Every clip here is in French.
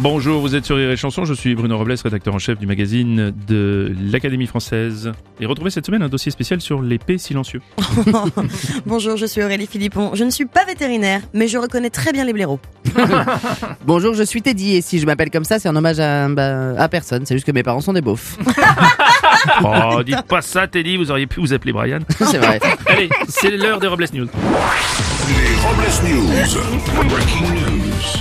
Bonjour, vous êtes sur Rire et Chanson, je suis Bruno Robles, rédacteur en chef du magazine de l'Académie française. Et retrouvez cette semaine un dossier spécial sur l'épée silencieux. Bonjour, je suis Aurélie Philippon. Je ne suis pas vétérinaire, mais je reconnais très bien les blaireaux. Bonjour, je suis Teddy et si je m'appelle comme ça, c'est un hommage à, bah, à personne. C'est juste que mes parents sont des beaufs. Oh, dites pas ça, Teddy, vous auriez pu vous appeler Brian. c'est vrai. Allez, c'est l'heure des Robles News. Les Robles News. Breaking news.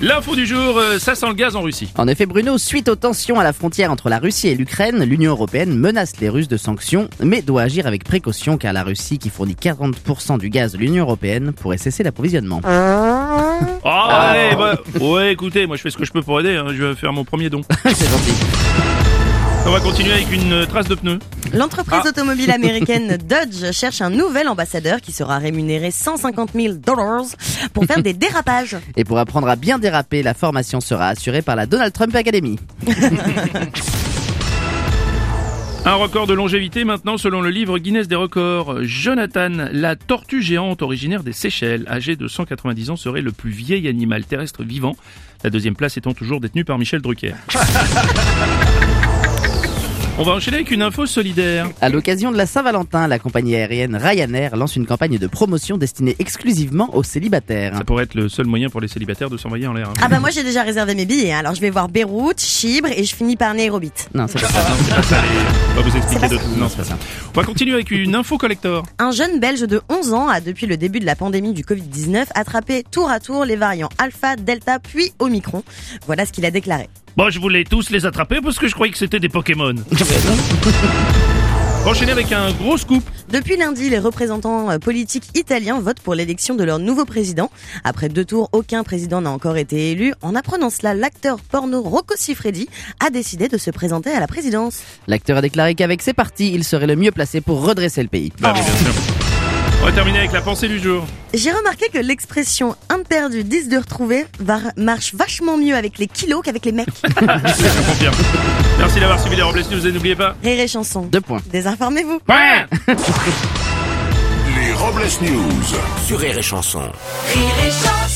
L'info du jour, euh, ça sent le gaz en Russie. En effet, Bruno, suite aux tensions à la frontière entre la Russie et l'Ukraine, l'Union européenne menace les Russes de sanctions, mais doit agir avec précaution car la Russie, qui fournit 40% du gaz de l'Union européenne, pourrait cesser l'approvisionnement. Oh, allez, bah, ouais, écoutez, moi je fais ce que je peux pour aider, hein, je vais faire mon premier don. c'est gentil. On va continuer avec une euh, trace de pneu. L'entreprise automobile américaine Dodge cherche un nouvel ambassadeur qui sera rémunéré 150 000 dollars pour faire des dérapages. Et pour apprendre à bien déraper, la formation sera assurée par la Donald Trump Academy. Un record de longévité maintenant selon le livre Guinness des records. Jonathan, la tortue géante originaire des Seychelles, âgée de 190 ans, serait le plus vieil animal terrestre vivant. La deuxième place étant toujours détenue par Michel Drucker. On va enchaîner avec une info solidaire. À l'occasion de la Saint-Valentin, la compagnie aérienne Ryanair lance une campagne de promotion destinée exclusivement aux célibataires. Ça pourrait être le seul moyen pour les célibataires de s'envoyer en l'air. hein. Ah bah moi j'ai déjà réservé mes billets, hein. alors je vais voir Beyrouth, Chypre et je finis par Nairobi. Non, c'est pas ça. On va vous expliquer de tout. Non, c'est pas ça. On va continuer avec une info collector. Un jeune Belge de 11 ans a depuis le début de la pandémie du Covid-19 attrapé tour à tour les variants alpha, delta puis omicron. Voilà ce qu'il a déclaré. Bon, je voulais tous les attraper parce que je croyais que c'était des Pokémon. Enchaîner avec un gros scoop. Depuis lundi, les représentants euh, politiques italiens votent pour l'élection de leur nouveau président. Après deux tours, aucun président n'a encore été élu. En apprenant cela, l'acteur porno Rocco Siffredi a décidé de se présenter à la présidence. L'acteur a déclaré qu'avec ses parties, il serait le mieux placé pour redresser le pays. Bah oui, bien sûr. On va terminer avec la pensée du jour. J'ai remarqué que l'expression « un perdu, 10 de retrouver » var- marche vachement mieux avec les kilos qu'avec les mecs. Je confirme. Merci d'avoir suivi les Robles News et n'oubliez pas. Rire et chanson. Deux points. Désinformez-vous. Les Robles News. Sur Rire et Chanson. Rire et chanson.